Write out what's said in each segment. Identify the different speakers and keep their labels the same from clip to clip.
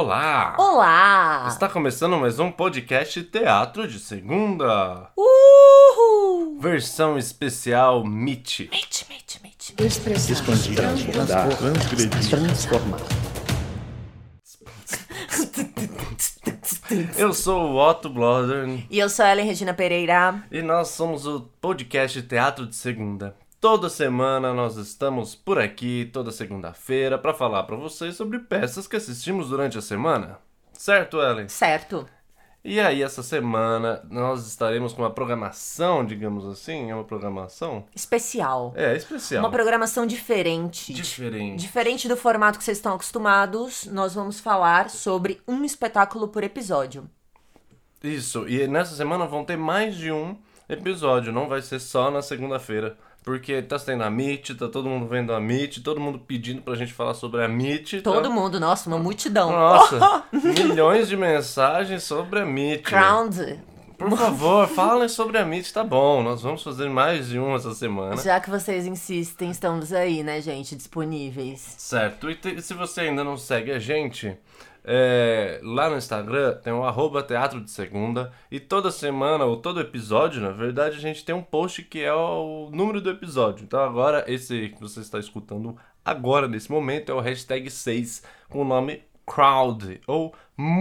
Speaker 1: Olá!
Speaker 2: Olá!
Speaker 1: Está começando mais um podcast Teatro de Segunda,
Speaker 2: Uhul!
Speaker 1: versão especial MIT.
Speaker 2: Mete, mete, mete.
Speaker 3: expandir, transbordar, transgredir, transformar.
Speaker 1: Eu sou o Otto Blodern
Speaker 2: E eu sou a Ellen Regina Pereira.
Speaker 1: e nós somos o podcast Teatro de Segunda. Toda semana nós estamos por aqui, toda segunda-feira, para falar para vocês sobre peças que assistimos durante a semana. Certo, Ellen?
Speaker 2: Certo.
Speaker 1: E aí, essa semana nós estaremos com uma programação, digamos assim, é uma programação?
Speaker 2: Especial.
Speaker 1: É, especial.
Speaker 2: Uma programação diferente.
Speaker 1: Diferente.
Speaker 2: Diferente do formato que vocês estão acostumados, nós vamos falar sobre um espetáculo por episódio.
Speaker 1: Isso, e nessa semana vão ter mais de um episódio, não vai ser só na segunda-feira. Porque tá saindo a MIT, tá todo mundo vendo a MIT, todo mundo pedindo pra gente falar sobre a MIT.
Speaker 2: Todo
Speaker 1: tá...
Speaker 2: mundo, nossa, uma multidão.
Speaker 1: Nossa, milhões de mensagens sobre a MIT.
Speaker 2: Crowned.
Speaker 1: Por favor, falem sobre a MIT, tá bom. Nós vamos fazer mais de um essa semana.
Speaker 2: Já que vocês insistem, estamos aí, né, gente? Disponíveis.
Speaker 1: Certo, e te- se você ainda não segue a gente, é, lá no Instagram tem o arroba Teatro de Segunda e toda semana, ou todo episódio, na verdade, a gente tem um post que é o número do episódio. Então agora, esse que você está escutando agora, nesse momento, é o hashtag 6, com o nome Crowd, ou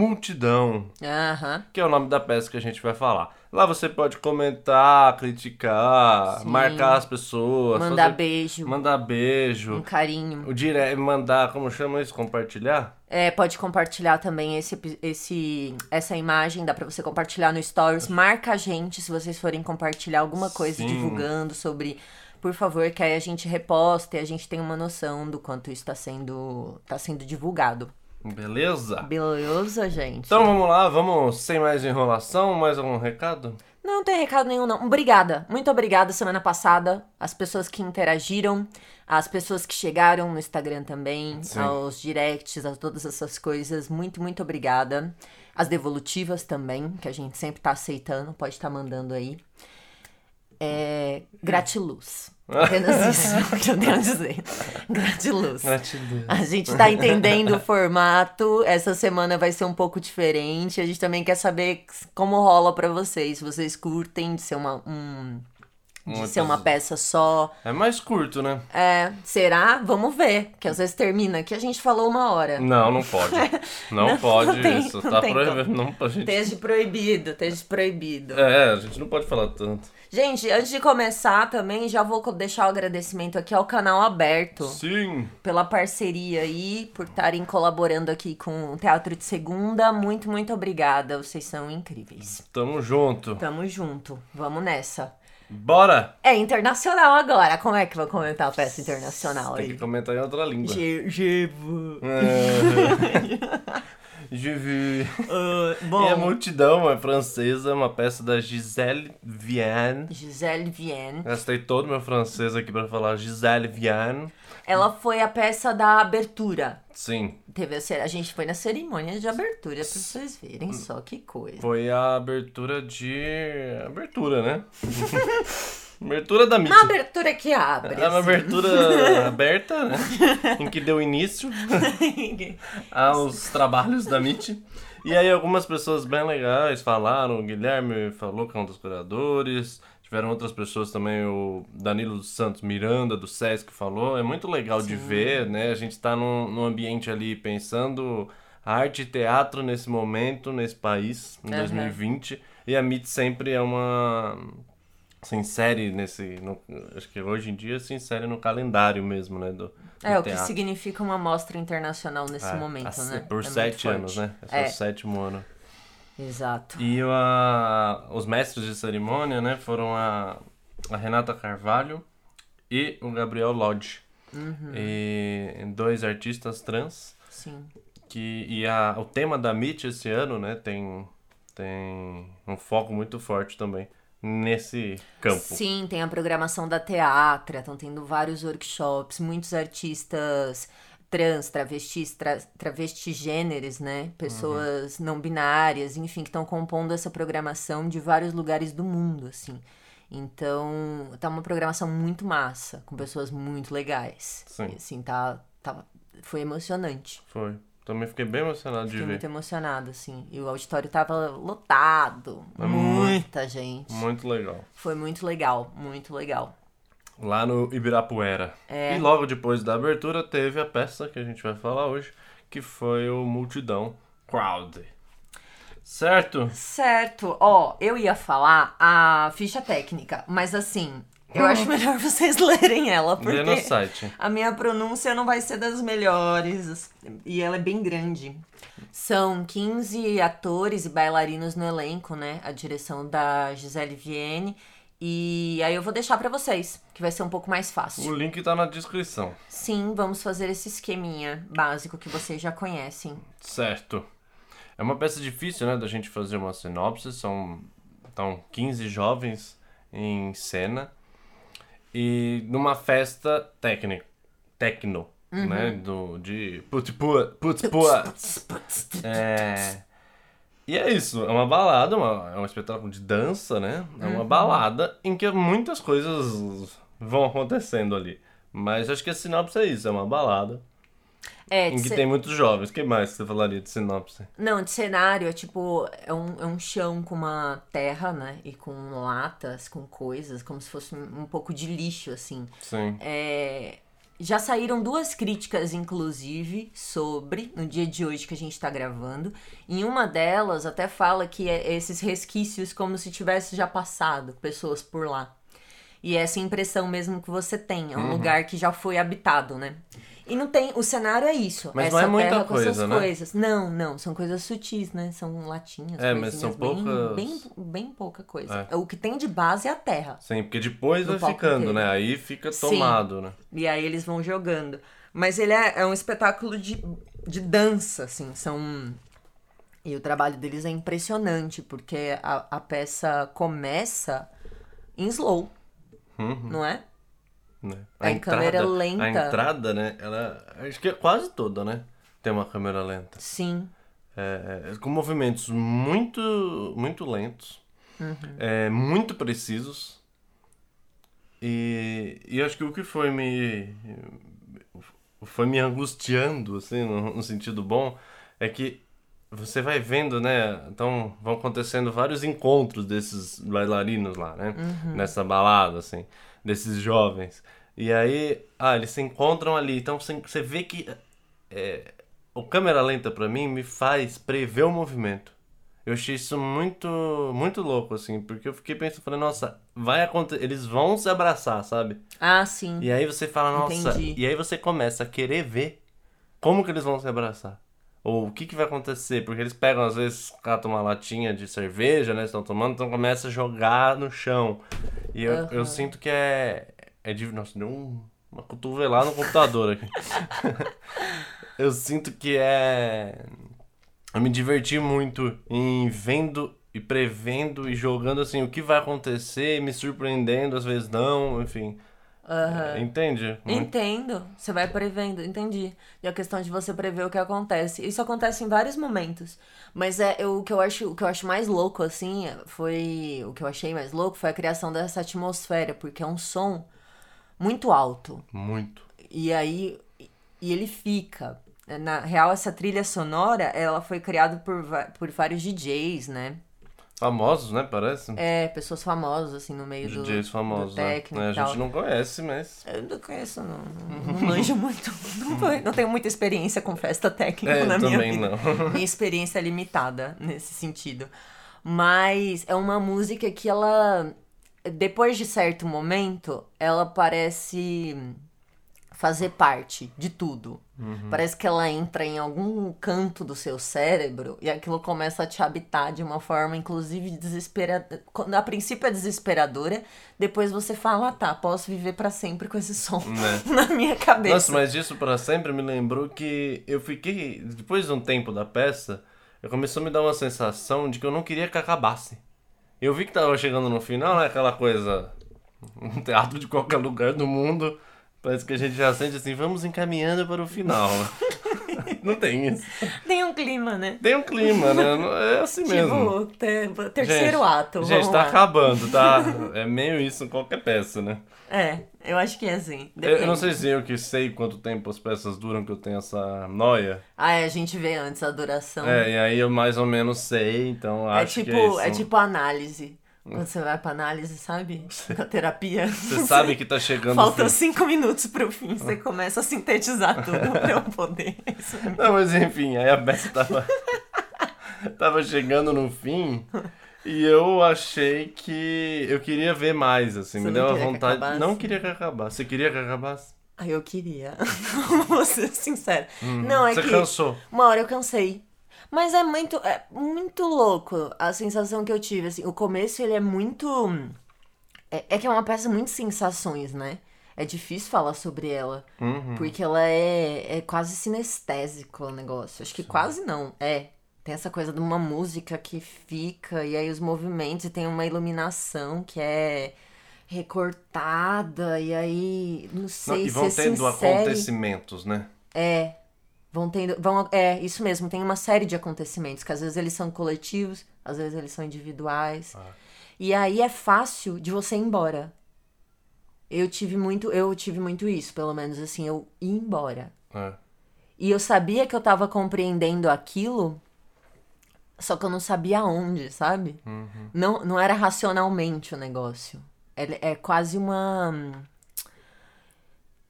Speaker 1: Multidão
Speaker 2: Aham.
Speaker 1: que é o nome da peça que a gente vai falar. Lá você pode comentar, criticar,
Speaker 2: Sim.
Speaker 1: marcar as pessoas,
Speaker 2: Mandar
Speaker 1: fazer-
Speaker 2: beijo.
Speaker 1: mandar beijo,
Speaker 2: Um carinho.
Speaker 1: o dire... mandar, como chama isso? Compartilhar?
Speaker 2: É, pode compartilhar também esse, epi- esse, essa imagem, dá pra você compartilhar no Stories. Marca a gente se vocês forem compartilhar alguma coisa
Speaker 1: Sim.
Speaker 2: divulgando sobre, por favor, que aí a gente reposta e a gente tem uma noção do quanto isso tá sendo, tá sendo divulgado.
Speaker 1: Beleza?
Speaker 2: Beleza, gente?
Speaker 1: Então vamos lá, vamos sem mais enrolação, mais algum recado?
Speaker 2: Não tem recado nenhum, não. Obrigada. Muito obrigada semana passada. As pessoas que interagiram, as pessoas que chegaram no Instagram também,
Speaker 1: Sim.
Speaker 2: aos directs, a todas essas coisas. Muito, muito obrigada. As devolutivas também, que a gente sempre tá aceitando, pode estar mandando aí. É. Gratiluz. Apenas isso que eu quero dizer. Gratiluz.
Speaker 1: É. Gratidão.
Speaker 2: A gente tá entendendo o formato. Essa semana vai ser um pouco diferente. A gente também quer saber como rola pra vocês. Se vocês curtem de ser uma, um- de
Speaker 1: Um
Speaker 2: ser uma
Speaker 1: episódio.
Speaker 2: peça só.
Speaker 1: É mais curto, né?
Speaker 2: É, será? Vamos ver. Que às vezes termina. Que a gente falou uma hora.
Speaker 1: Não, não pode. Não,
Speaker 2: Não,
Speaker 1: pode
Speaker 2: não tem-
Speaker 1: isso.
Speaker 2: não
Speaker 1: tá
Speaker 2: tem
Speaker 1: proibido. Não, a gente...
Speaker 2: Esteja proibido, esteja proibido.
Speaker 1: É, a gente não pode falar tanto.
Speaker 2: Gente, antes de começar também, já vou co- deixar o agradecimento aqui ao canal aberto.
Speaker 1: Sim.
Speaker 2: pela parceria aí, por estarem colaborando aqui com o Teatro de Segunda. Muito, muito obrigada. Vocês são incríveis.
Speaker 1: Tamo junto.
Speaker 2: Tamo junto. Vamos nessa.
Speaker 1: Bora!
Speaker 2: É internacional agora. Como é que eu vou comentar a peça internacional
Speaker 1: Tem que
Speaker 2: aí?
Speaker 1: comentar em outra língua. É.
Speaker 2: Je- je vous-
Speaker 1: Je vu.
Speaker 2: Ah,
Speaker 1: E a
Speaker 2: bom,
Speaker 1: multidão é francesa, é uma peça da Giselle Vian.
Speaker 2: Giselle Vienne.
Speaker 1: Gastei todo meu francês aqui pra falar Giselle Vian.
Speaker 2: Ela foi a peça da abertura.
Speaker 1: Sim,
Speaker 2: Teve a, cer- a gente foi na cerimônia de abertura pra vocês
Speaker 1: Hum.
Speaker 2: verem só que coisa.
Speaker 1: foi a abertura de. Abertura, né? abertura da mídia.
Speaker 2: Uma abertura que abre.
Speaker 1: É uma
Speaker 2: assim.
Speaker 1: abertura aberta, né? Em que deu início aos trabalhos da MIT. E aí algumas pessoas bem legais falaram, o Guilherme falou que é um dos curadores, tiveram outras pessoas também, o Danilo dos Santos Miranda, do SESC, falou. É muito legal de ver, né? A gente tá num, num ambiente ali pensando arte e teatro nesse momento, nesse país, em
Speaker 2: Aham.
Speaker 1: 2020. E a MIT sempre é uma se insere nesse. no- acho que hoje em dia se insere no calendário mesmo, né? Do,
Speaker 2: É,
Speaker 1: do
Speaker 2: o que
Speaker 1: teatro.
Speaker 2: significa uma mostra internacional nesse
Speaker 1: É,
Speaker 2: momento,
Speaker 1: há-
Speaker 2: né?
Speaker 1: Por
Speaker 2: É
Speaker 1: sete
Speaker 2: muito
Speaker 1: anos,
Speaker 2: forte.
Speaker 1: né? Esse é
Speaker 2: É,
Speaker 1: o sétimo ano.
Speaker 2: exato.
Speaker 1: E a, os mestres de cerimônia, né? Foram a, a Renata Carvalho e o Gabriel Lodge.
Speaker 2: Uhum.
Speaker 1: E dois artistas trans.
Speaker 2: Sim.
Speaker 1: que e a, o tema da MIT esse ano, né, tem, tem um foco muito forte também nesse campo.
Speaker 2: Sim, tem a programação da teatra, estão tendo vários workshops, muitos artistas trans, travestis, tra, travestigêneres, né? Pessoas não binárias, enfim, que estão compondo essa programação de vários lugares do mundo, assim. Então, tá uma programação muito massa, com pessoas muito legais.
Speaker 1: Sim.
Speaker 2: E, assim, tá, tá, foi emocionante.
Speaker 1: Foi. Também fiquei bem emocionado
Speaker 2: Fiquei
Speaker 1: de ver.
Speaker 2: muito emocionada, assim. E o auditório tava lotado. Muita gente.
Speaker 1: Muito legal.
Speaker 2: Foi muito legal, muito legal.
Speaker 1: Lá no Ibirapuera. E logo depois da abertura teve a peça que a gente vai falar hoje, que foi o Multidão Crowd. Certo?
Speaker 2: Certo, ó, eu ia falar a ficha técnica, mas assim, eu acho melhor vocês lerem ela,
Speaker 1: Lê no
Speaker 2: porque
Speaker 1: site.
Speaker 2: a minha pronúncia não vai ser das melhores e ela é bem grande. São 15 atores e bailarinos no elenco, né? A direção da Gisele Vienne. E aí eu vou deixar pra vocês, que vai ser um pouco mais
Speaker 1: O
Speaker 2: fácil.
Speaker 1: link tá na descrição.
Speaker 2: Sim, vamos fazer esse esqueminha básico que vocês já conhecem.
Speaker 1: Certo. É uma peça difícil, né, da gente fazer uma sinopse. São então, 15 jovens em cena e numa festa técnica, tecno, né, do de putipua, putipua. É... E é isso, é uma balada, uma- é um espetáculo de dança, né? É uma
Speaker 2: Uhum.
Speaker 1: balada em que muitas coisas vão acontecendo ali. Mas acho que a sinopse é isso, é uma balada
Speaker 2: É,
Speaker 1: em que
Speaker 2: cê-
Speaker 1: tem muitos jovens. O que mais você falaria de sinopse?
Speaker 2: Não, de cenário é tipo, é um, é um chão com uma terra, né? E com latas, com coisas, como se fosse um um pouco de lixo, assim.
Speaker 1: Sim.
Speaker 2: É, já saíram duas críticas, inclusive, sobre, no dia de hoje que a gente tá gravando. Em uma delas até fala que é esses resquícios como se tivesse já passado pessoas por lá. E é essa impressão mesmo que você tem,
Speaker 1: Uhum.
Speaker 2: é um lugar que já foi habitado, né? E não tem, o cenário é isso.
Speaker 1: Mas
Speaker 2: essa
Speaker 1: não é muita
Speaker 2: terra com
Speaker 1: coisa,
Speaker 2: essas
Speaker 1: né?
Speaker 2: coisas. Não, não, são coisas sutis, né? São latinhas,
Speaker 1: É, mas são
Speaker 2: coisinhas,
Speaker 1: poucas-
Speaker 2: bem, bem, bem pouca coisa.
Speaker 1: É.
Speaker 2: O que tem de base é a terra.
Speaker 1: Sim, porque depois
Speaker 2: No
Speaker 1: vai
Speaker 2: palco
Speaker 1: ficando,
Speaker 2: inteiro.
Speaker 1: né? Aí fica
Speaker 2: Sim.
Speaker 1: tomado, né?
Speaker 2: E aí eles vão jogando. Mas ele é, é um espetáculo de, de dança, assim, são. E o trabalho deles é impressionante, porque a, a peça começa em slow, não é?
Speaker 1: né?
Speaker 2: É em câmera lenta.
Speaker 1: A entrada, né? Ela. Acho que é quase toda, né? Tem uma câmera lenta.
Speaker 2: Sim.
Speaker 1: É, é, com movimentos muito. muito lentos. É, muito precisos. E, e acho que o que foi me. foi me angustiando, assim, no, no sentido bom, é que você vai vendo, né? Então vão acontecendo vários encontros desses bailarinos lá, né? Nessa balada, assim, desses jovens. E aí, ah, eles se encontram ali. Então você- você vê que é, o câmera lenta pra mim me faz prever o movimento. Eu achei isso muito, muito louco, assim, porque eu fiquei pensando, falei, nossa, vai acontecer, eles vão se abraçar, sabe?
Speaker 2: Ah, sim.
Speaker 1: E aí você fala, nossa,
Speaker 2: Entendi.
Speaker 1: e aí você começa a querer ver como que eles vão se abraçar. Ou o que, que vai acontecer, porque eles pegam, às vezes, catam uma latinha de cerveja, né, estão tomando, então começa a jogar no chão. E eu, eu sinto que é, é de, nossa, deu um- uma cotovelada no computador aqui. eu sinto que é... Eu me diverti muito em vendo e prevendo e jogando, assim, o que vai acontecer, me surpreendendo, às vezes não, enfim... É, Entende? Muito-
Speaker 2: Entendo. Você vai prevendo, entendi. E a questão de você prever o que acontece. Isso acontece em vários momentos. Mas é eu- o que eu acho, o que eu acho mais louco assim, foi o que eu achei mais louco foi a criação dessa atmosfera, porque é um som muito alto.
Speaker 1: Muito.
Speaker 2: E aí e ele fica. Na real essa trilha sonora, ela foi criada por, va- por vários DJs, né?
Speaker 1: Famosos, né? Parece.
Speaker 2: É, pessoas famosas assim no meio do
Speaker 1: DJs famosos,
Speaker 2: do
Speaker 1: né?
Speaker 2: techno
Speaker 1: É,
Speaker 2: e
Speaker 1: A
Speaker 2: tal.
Speaker 1: gente não conhece, mas.
Speaker 2: Eu não conheço, não. Não não manjo muito. Não, foi- não tenho muita experiência com festa técnica
Speaker 1: É,
Speaker 2: na
Speaker 1: eu
Speaker 2: minha
Speaker 1: também
Speaker 2: vida.
Speaker 1: não.
Speaker 2: Minha experiência é limitada nesse sentido. Mas é uma música que ela. Depois de certo momento, ela parece fazer parte de tudo.
Speaker 1: Uhum.
Speaker 2: Parece que ela entra em algum canto do seu cérebro e aquilo começa a te habitar de uma forma, inclusive, desesperadora. Quando a princípio é desesperadora, depois você fala, ah, tá, posso viver pra sempre com esse som
Speaker 1: Né.
Speaker 2: na minha cabeça.
Speaker 1: Nossa, mas disso pra sempre me lembrou que eu fiquei. Depois de um tempo da peça, eu começou a me dar uma sensação de que eu não queria que acabasse. Eu vi que tava chegando no final, né? Aquela coisa. Um teatro de qualquer lugar do mundo. Parece que a gente já sente assim, vamos encaminhando para o final. Não tem isso.
Speaker 2: Tem um clima, né?
Speaker 1: Tem um clima, né? É assim mesmo.
Speaker 2: Tipo, ter- terceiro
Speaker 1: Gente,
Speaker 2: ato.
Speaker 1: Gente,
Speaker 2: vamos
Speaker 1: tá
Speaker 2: lá.
Speaker 1: acabando, tá? É meio isso em qualquer peça, né?
Speaker 2: É, eu acho que é assim.
Speaker 1: Eu,
Speaker 2: Depende.
Speaker 1: eu não sei se eu que sei quanto tempo as peças duram, que eu tenho essa noia.
Speaker 2: Ah, é, a gente vê antes a duração.
Speaker 1: É, e aí eu mais ou menos sei, então
Speaker 2: É
Speaker 1: acho
Speaker 2: tipo,
Speaker 1: que é isso.
Speaker 2: é tipo análise. Quando você vai pra análise, sabe? Com a terapia.
Speaker 1: Você sabe Ah. que tá chegando
Speaker 2: Faltam
Speaker 1: o fim.
Speaker 2: cinco minutos pro fim, você começa a sintetizar tudo pra eu poder. É isso mesmo.
Speaker 1: Não, mas enfim, aí a Beth tava, tava chegando no fim e eu achei que eu queria ver mais, assim,
Speaker 2: Você
Speaker 1: me
Speaker 2: não
Speaker 1: deu uma
Speaker 2: queria que
Speaker 1: vontade.
Speaker 2: acabasse?
Speaker 1: Não queria que acabasse. Você queria que acabasse?
Speaker 2: Ai, eu queria. Vou ser sincera. Não, é
Speaker 1: Hum, Você
Speaker 2: que
Speaker 1: cansou.
Speaker 2: uma hora eu cansei. Mas é muito, é muito louco a sensação que eu tive. Assim, o começo ele é muito. É, é que é uma peça muito sensações, né? É difícil falar sobre ela.
Speaker 1: Uhum. Hum.
Speaker 2: Porque ela é, é quase sinestésico o negócio. Acho que quase não. É. Tem essa coisa de uma música que fica, e aí os movimentos, e tem uma iluminação que é recortada, e aí. Não sei
Speaker 1: Não, e
Speaker 2: se é
Speaker 1: vão
Speaker 2: se
Speaker 1: tendo
Speaker 2: insere-
Speaker 1: acontecimentos, né?
Speaker 2: é. Vão tendo. Vão, é, isso mesmo. Tem uma série de acontecimentos que às vezes eles são coletivos, às vezes eles são individuais. E aí é fácil de você ir embora. Eu tive muito, eu tive muito isso, pelo menos assim, eu ir embora.
Speaker 1: É.
Speaker 2: E eu sabia que eu tava compreendendo aquilo, só que eu não sabia onde, sabe? Não, não era racionalmente o negócio. É, é quase uma.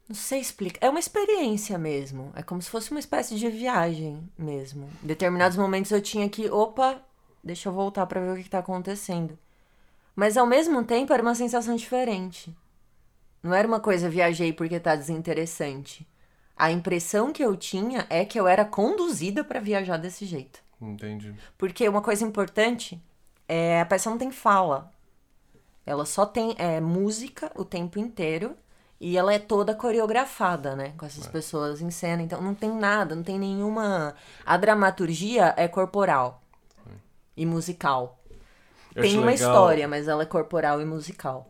Speaker 2: Não sei explicar. É uma experiência mesmo. É como se fosse uma espécie de viagem mesmo. Em determinados momentos eu tinha que. Opa, deixa eu voltar pra ver o que, que tá acontecendo. Mas ao mesmo tempo era uma sensação diferente. Não era uma coisa viajei porque tá desinteressante. A impressão que eu tinha é que eu era conduzida pra viajar desse jeito.
Speaker 1: Entendi.
Speaker 2: Porque uma coisa importante é a peça não tem fala. Ela só tem é, música o tempo inteiro e ela é toda coreografada, né? Com
Speaker 1: É.
Speaker 2: essas pessoas em cena. Então não tem nada, não tem nenhuma. A dramaturgia é corporal e musical.
Speaker 1: Eu
Speaker 2: tem
Speaker 1: acho
Speaker 2: uma
Speaker 1: legal-
Speaker 2: história, mas ela é corporal e musical.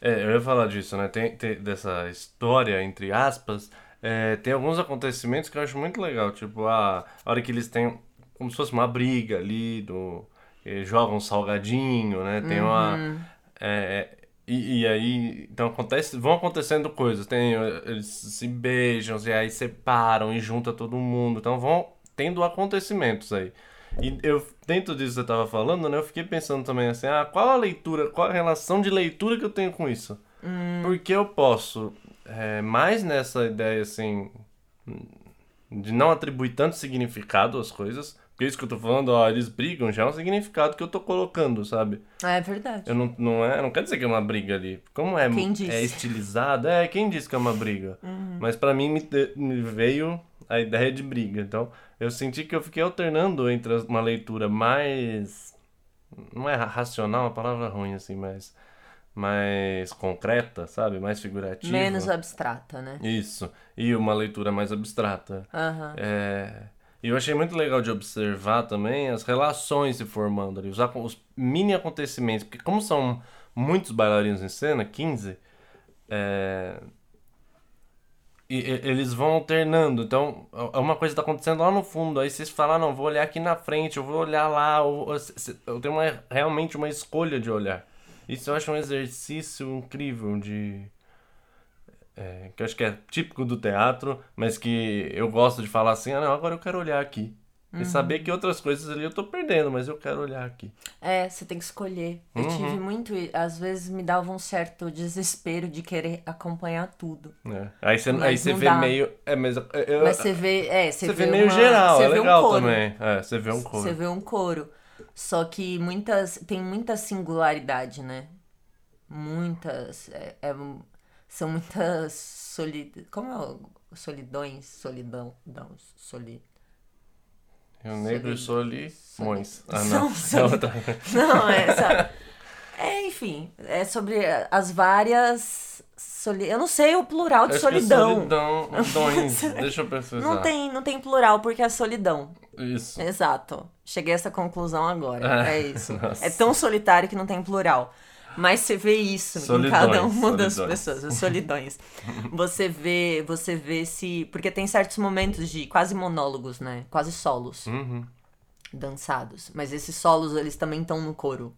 Speaker 1: É, eu ia falar disso, né? Tem, tem- dessa história, entre aspas, é, tem alguns acontecimentos que eu acho muito legal. Tipo, a, a hora que eles têm como se fosse uma briga ali, do, eh, jogam salgadinho, né? Tem uma. é, e, e aí, então acontece, vão acontecendo coisas. Tem, eh, eles se beijam, e aí separam e junta todo mundo. Então vão tendo acontecimentos aí. E eu, dentro disso que você tava falando, né? Eu fiquei pensando também assim, ah, qual a leitura, qual a relação de leitura que eu tenho com isso? Porque eu posso, é, mais nessa ideia, assim, de não atribuir tanto significado às coisas, porque é isso que eu tô falando, ó, eles brigam, já é um significado que eu tô colocando, sabe?
Speaker 2: É verdade.
Speaker 1: Eu não, não, é, não quer dizer que é uma briga ali. Como é,
Speaker 2: Quem disse? Uhum.
Speaker 1: é estilizado, é, quem disse que é uma briga? Mas pra mim me, te- me veio a ideia de briga. Então, eu senti que eu fiquei alternando entre as- uma leitura mais. Não é ra- racional, é uma palavra ruim, assim, mas. Mais concreta, sabe? Mais figurativa.
Speaker 2: Menos abstrata, né?
Speaker 1: Isso. E uma leitura mais abstrata.
Speaker 2: Aham.
Speaker 1: É, E eu achei muito legal de observar também as relações se formando ali, os, acon- os mini acontecimentos, porque como são muitos bailarinos em cena, 15, é, e, e- eles vão alternando. Então, é uma coisa tá acontecendo lá no fundo, aí vocês falam, "Ah, não, vou olhar aqui na frente, eu vou olhar lá, ou- ou se- se- eu tenho uma- realmente uma escolha de olhar. Isso eu acho um exercício incrível de é, que eu acho que é típico do teatro, mas que eu gosto de falar assim, ah não, agora eu quero olhar aqui.
Speaker 2: Uhum.
Speaker 1: E saber que outras coisas ali eu tô perdendo, mas eu quero olhar aqui.
Speaker 2: É, você tem que escolher. Eu
Speaker 1: Uhum.
Speaker 2: tive muito. i- Às vezes me dava um certo desespero de querer acompanhar tudo.
Speaker 1: né? Aí você, aí
Speaker 2: Mas
Speaker 1: você
Speaker 2: não
Speaker 1: vê
Speaker 2: dá.
Speaker 1: meio. É, mas, eu- eu-
Speaker 2: Mas você vê. É, você,
Speaker 1: você
Speaker 2: vê,
Speaker 1: vê meio
Speaker 2: uma-
Speaker 1: geral,
Speaker 2: você
Speaker 1: é
Speaker 2: vê um
Speaker 1: legal
Speaker 2: coro.
Speaker 1: também. É, você vê um coro.
Speaker 2: Você vê um coro. Só que muitas. Tem muita singularidade, né? Muitas. é- é um- são muitas solid. Como é o. Solidões? Solidão. Não, soli...
Speaker 1: Rio Negro e
Speaker 2: Soli-
Speaker 1: Solimões. Ah,
Speaker 2: São-
Speaker 1: não. É outra.
Speaker 2: Não, é só... É, enfim, é sobre as várias. Soli... Eu não sei o plural de
Speaker 1: Acho que é
Speaker 2: solidão.
Speaker 1: Solidão. Dões. Deixa eu pesquisar.
Speaker 2: Não tem, não tem plural porque é solidão.
Speaker 1: Isso.
Speaker 2: Exato. Cheguei a essa conclusão agora.
Speaker 1: É.
Speaker 2: É, isso.
Speaker 1: Nossa.
Speaker 2: É tão solitário que não tem plural. Mas você vê isso
Speaker 1: Solidões,
Speaker 2: em cada uma das
Speaker 1: solidões.
Speaker 2: pessoas, os solidões. você vê, você vê se, porque tem certos momentos de quase monólogos, né? Quase solos
Speaker 1: Uhum.
Speaker 2: dançados, mas esses solos eles também estão no coro.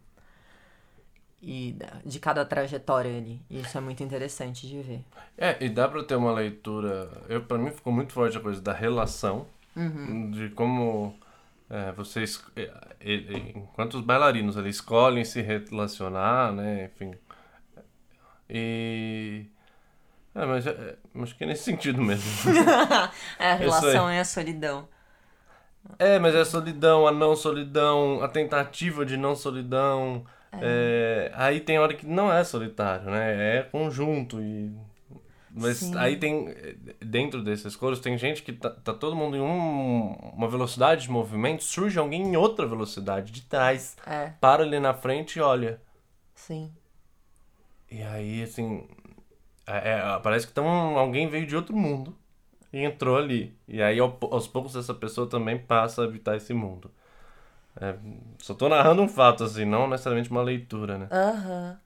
Speaker 2: E da- de cada trajetória ali. E Isso é muito interessante de ver.
Speaker 1: É, e dá pra ter uma leitura. Eu, pra mim ficou muito forte a coisa da relação, de como é, vocês, é, ele- enquanto os bailarinos ali escolhem se relacionar, né, enfim. E. É, mas é, acho que é nesse sentido mesmo.
Speaker 2: É, a
Speaker 1: aí.
Speaker 2: relação é a solidão.
Speaker 1: É, mas é a solidão, a não solidão, a tentativa de não solidão. é, aí tem hora que não é solitário, né? É conjunto e mas
Speaker 2: Sim.
Speaker 1: aí tem dentro desses coros tem gente que tá, tá todo mundo em um- uma velocidade de movimento, surge alguém em outra velocidade de trás,
Speaker 2: É,
Speaker 1: para ali na frente e olha.
Speaker 2: sim.
Speaker 1: E aí assim, é- é, parece que tão, alguém veio de outro mundo e entrou ali. E aí ao po- aos poucos essa pessoa também passa a habitar esse mundo. É, só tô narrando um fato, assim, não necessariamente uma leitura, né?
Speaker 2: Aham.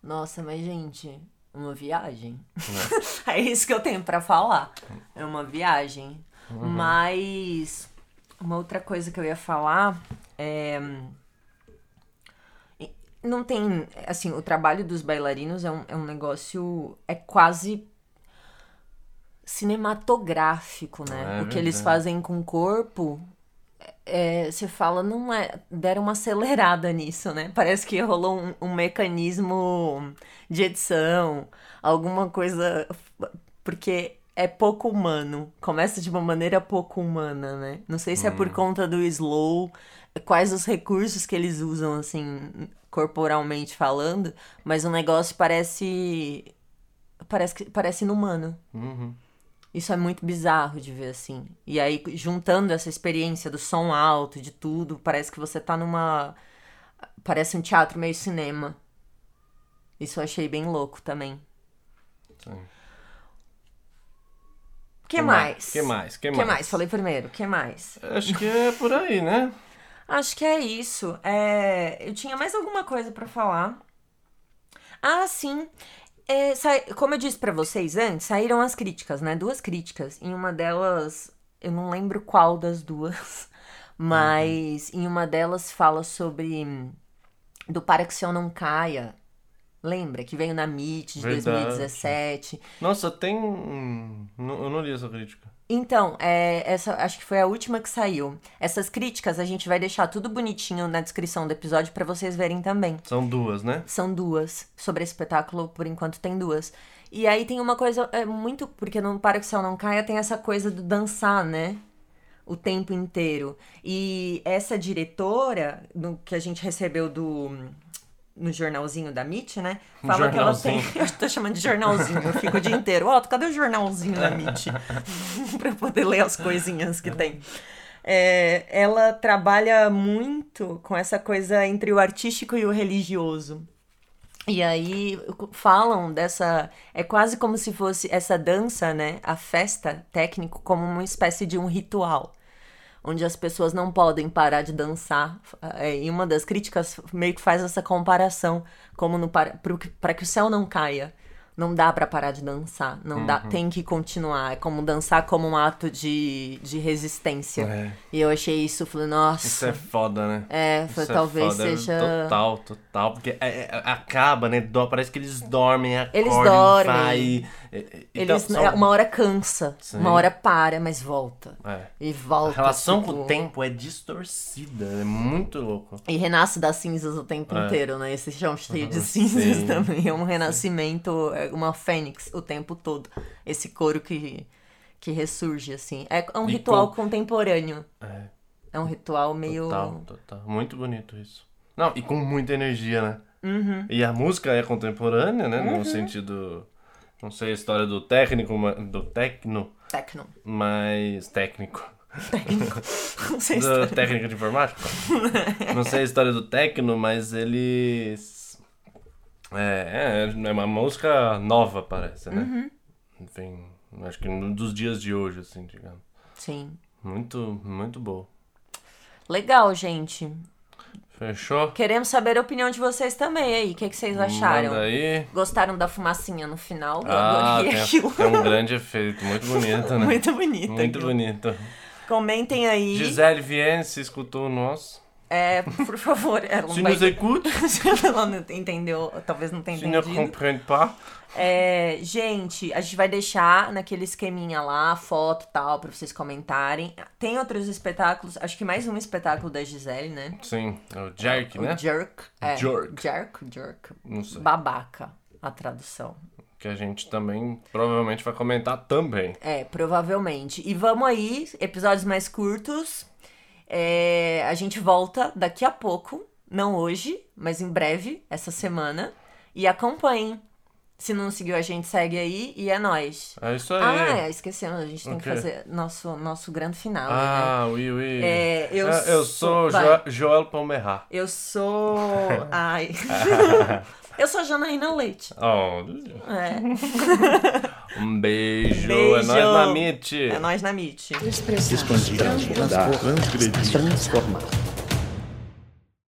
Speaker 2: Nossa, mas gente, uma viagem. É. isso que eu tenho pra falar. É uma viagem. Mas uma outra coisa que eu ia falar é e não tem, assim, o trabalho dos bailarinos é um, é um negócio é quase cinematográfico, né?
Speaker 1: É
Speaker 2: o que eles
Speaker 1: verdade.
Speaker 2: fazem com o corpo é, você fala, não é. Deram uma acelerada nisso, né? Parece que rolou um, um mecanismo de edição, alguma coisa. Porque é pouco humano. Começa de uma maneira pouco humana, né? Não sei se é por conta do slow, quais os recursos que eles usam, assim, corporalmente falando, mas o negócio parece. Parece, que- parece inumano.
Speaker 1: Uhum.
Speaker 2: Isso é muito bizarro de ver assim. E aí, juntando essa experiência do som alto, de tudo, parece que você tá numa. Parece um teatro meio cinema. Isso eu achei bem louco também.
Speaker 1: Sim.
Speaker 2: O que mais?
Speaker 1: O que mais? O que
Speaker 2: O
Speaker 1: mais?
Speaker 2: que mais? Falei primeiro. O que mais?
Speaker 1: Acho que é por aí, né?
Speaker 2: Acho que é isso. É, Eu tinha mais alguma coisa pra falar. Ah, sim. É, sai- Como eu disse pra vocês antes, saíram as críticas, né? Duas críticas. Em uma delas, eu não lembro qual das duas, mas em uma delas fala sobre hum, do Para que o Céu Não Caia. Lembra? Que veio na MIT de
Speaker 1: Verdade.
Speaker 2: 2017.
Speaker 1: Nossa, tem. hum, não- Eu não li essa crítica.
Speaker 2: Então, é, essa acho que foi a última que saiu. Essas críticas a gente vai deixar tudo bonitinho na descrição do episódio pra vocês verem também.
Speaker 1: São duas, né?
Speaker 2: São duas. Sobre esse espetáculo, por enquanto, tem duas. E aí tem uma coisa é, muito. Porque não para que o céu não caia, tem essa coisa do dançar, né? O tempo inteiro. E essa diretora, no, que a gente recebeu do. No jornalzinho da MIT, né? Fala que ela tem. Eu tô chamando de jornalzinho, eu fico o dia inteiro. Ó, cadê o jornalzinho da MIT? pra eu poder ler as coisinhas que tem. É, ela trabalha muito com essa coisa entre o artístico e o religioso. E aí falam dessa. É quase como se fosse essa dança, né? A festa técnico, como uma espécie de um ritual. Onde as pessoas não podem parar de dançar. É, E uma das críticas meio que faz essa comparação, como no para que o céu não caia. Não dá pra parar de dançar. Não dá,
Speaker 1: Uhum.
Speaker 2: tem que continuar. É como dançar como um ato de, de resistência.
Speaker 1: É.
Speaker 2: E eu achei isso, falei, nossa.
Speaker 1: Isso é foda, né?
Speaker 2: É, foi- talvez
Speaker 1: foda,
Speaker 2: seja-
Speaker 1: Total, total. Porque é- é- acaba, né? Dó- parece que eles dormem, acordam,
Speaker 2: Eles dormem.
Speaker 1: vai. É, é, então,
Speaker 2: Eles,
Speaker 1: são-
Speaker 2: Uma hora cansa,
Speaker 1: Sim.
Speaker 2: uma hora para, mas volta.
Speaker 1: É.
Speaker 2: E
Speaker 1: A
Speaker 2: volta.
Speaker 1: relação
Speaker 2: tipo,
Speaker 1: com o tempo é distorcida, é muito louco.
Speaker 2: E renasce das cinzas o tempo
Speaker 1: É. Uhum.
Speaker 2: inteiro, né? Esse chão cheio de cinzas
Speaker 1: Sim.
Speaker 2: também. É um renascimento, é uma fênix o tempo todo. Esse couro que, que ressurge, assim. É é um
Speaker 1: E
Speaker 2: ritual
Speaker 1: co-
Speaker 2: contemporâneo.
Speaker 1: É,
Speaker 2: É um ritual meio.
Speaker 1: total, total. Muito bonito isso. Não, e com muita energia, né?
Speaker 2: Uhum.
Speaker 1: E a música é contemporânea, né? No sentido. Não sei a história do técnico, ma- do tecno,
Speaker 2: Tecno.
Speaker 1: mas técnico.
Speaker 2: Técnico. Não sei se. tá-
Speaker 1: da técnica de informática. não sei a história do Tecno, mas eles. É, é, é uma música nova, parece, né?
Speaker 2: Uhum.
Speaker 1: Enfim, acho que um dos dias de hoje, assim, digamos.
Speaker 2: Sim.
Speaker 1: Muito, muito boa.
Speaker 2: Legal, gente.
Speaker 1: Fechou?
Speaker 2: Queremos saber a opinião de vocês também aí. O que, que vocês acharam?
Speaker 1: Manda aí.
Speaker 2: Gostaram da fumacinha no final? Eu
Speaker 1: Ah,
Speaker 2: adorei aquilo.
Speaker 1: tem, é um grande efeito, muito bonito, né?
Speaker 2: Muito bonita.
Speaker 1: Muito
Speaker 2: aquilo.
Speaker 1: bonito.
Speaker 2: Comentem aí.
Speaker 1: Gisele Vienne, se escutou o nosso.
Speaker 2: É, por favor, ela não
Speaker 1: Se
Speaker 2: vai...
Speaker 1: nos écoute,
Speaker 2: Se ela não entendeu, talvez não tenha
Speaker 1: se ne
Speaker 2: entendido.
Speaker 1: comprend pas.
Speaker 2: É, gente, a gente vai deixar naquele esqueminha lá, foto e tal, pra vocês comentarem. Tem outros espetáculos, acho que mais um espetáculo da Gisele, né?
Speaker 1: Sim, é o Jerk,
Speaker 2: O
Speaker 1: né?
Speaker 2: Jerk. É,
Speaker 1: Jerk.
Speaker 2: Jerk, jerk.
Speaker 1: Não sei.
Speaker 2: Babaca, a tradução.
Speaker 1: Que a gente também provavelmente vai comentar também.
Speaker 2: É, provavelmente. E vamos aí, episódios mais curtos. É, a gente volta daqui a pouco, não hoje, mas em breve, essa semana. E acompanhem. Se não seguiu a gente, segue aí e é nóis.
Speaker 1: É isso aí.
Speaker 2: Ah, é, esquecemos, a gente tem
Speaker 1: O
Speaker 2: que
Speaker 1: quê?
Speaker 2: fazer nosso, nosso grande final, né?
Speaker 1: Ah, oui, oui.
Speaker 2: É, eu
Speaker 1: Ah, eu sou
Speaker 2: sou-
Speaker 1: jo Joel Palmerá.
Speaker 2: Eu sou. Ai. Eu sou Janaína Leite.
Speaker 1: Oh,
Speaker 2: É,
Speaker 1: um beijo. É nóis
Speaker 2: Beijo.
Speaker 1: na MIT.
Speaker 2: é nós na MIT.
Speaker 3: Expandir, transbordar, transgredir, transformar.